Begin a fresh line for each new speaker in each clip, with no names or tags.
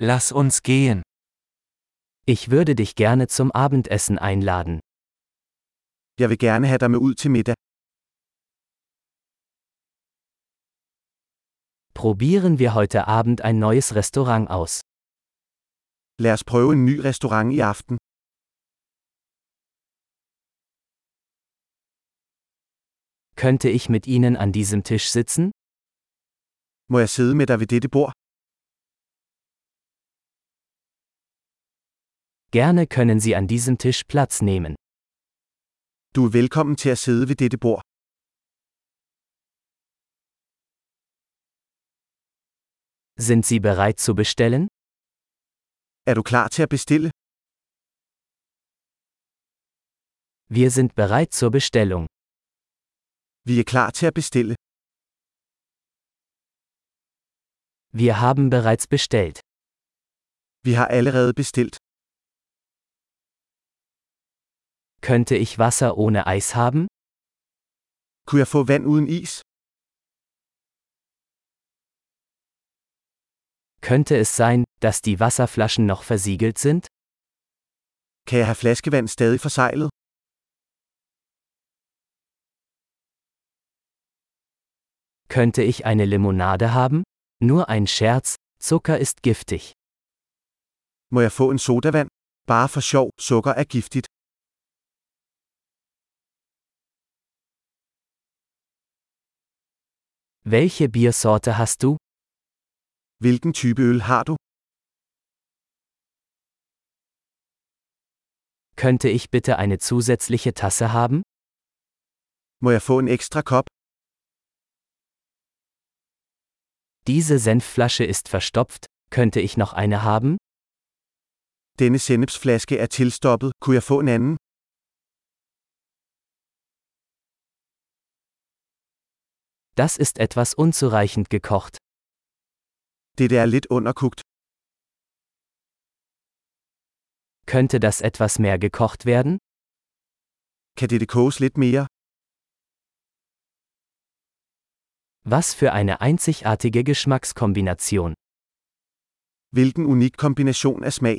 Lass uns gehen.
Ich würde dich gerne zum Abendessen einladen.
Jeg vil gerne have dig med ud til middag.
Probieren wir heute Abend ein neues Restaurant aus.
Lad os prøve en ny restaurant i aften.
Könnte ich mit Ihnen an diesem Tisch sitzen?
Må jeg sidde med dig ved dette bord?
Gerne können Sie an diesem Tisch Platz nehmen.
Du er velkommen til at sidde ved dette bord.
Sind Sie bereit zu bestellen?
Er du klar til at bestille?
Wir sind bereit zur Bestellung.
Vi er klar til at bestille.
Wir haben bereits bestellt.
Vi har allerede bestilt.
Könnte ich Wasser ohne Eis haben?
Kunne jeg få vand uden is?
Könnte es sein, dass die Wasserflaschen noch versiegelt sind?
Kan jeg have flaskevand stadig forseglet?
Könnte ich eine Limonade haben? Nur ein Scherz, Zucker ist giftig.
Må jeg få en sodavand? Bare for sjov, sukker er giftigt.
Welche Biersorte hast du?
Hvilken type øl har du?
Könnte ich bitte eine zusätzliche Tasse haben?
Må jeg få en ekstra kop?
Diese Senfflasche ist verstopft, könnte ich noch eine haben?
Denne sennepsflaske er tilstoppet. Kunne jeg få en anden?
Das ist etwas unzureichend gekocht.
Dette er lidt underkugt.
Könnte das etwas mehr gekocht werden?
Kan dette koges lidt mere?
Was für eine einzigartige Geschmackskombination.
Hvilken unik kombination af smag?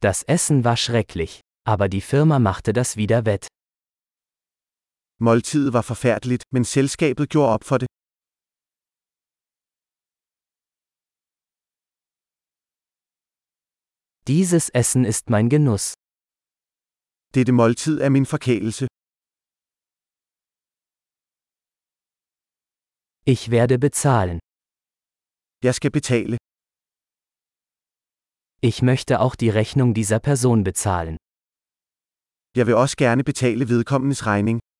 Das Essen war schrecklich, aber die Firma machte das wieder wett.
Måltidet var forfærdeligt, men selskabet gjorde op for det.
Dieses Essen ist mein Genuss.
Dette måltid er min forkælelse.
Ich werde bezahlen.
Jeg skal betale.
Ich möchte auch die Rechnung dieser Person bezahlen.
Jeg vil også gerne betale vedkommendes regning.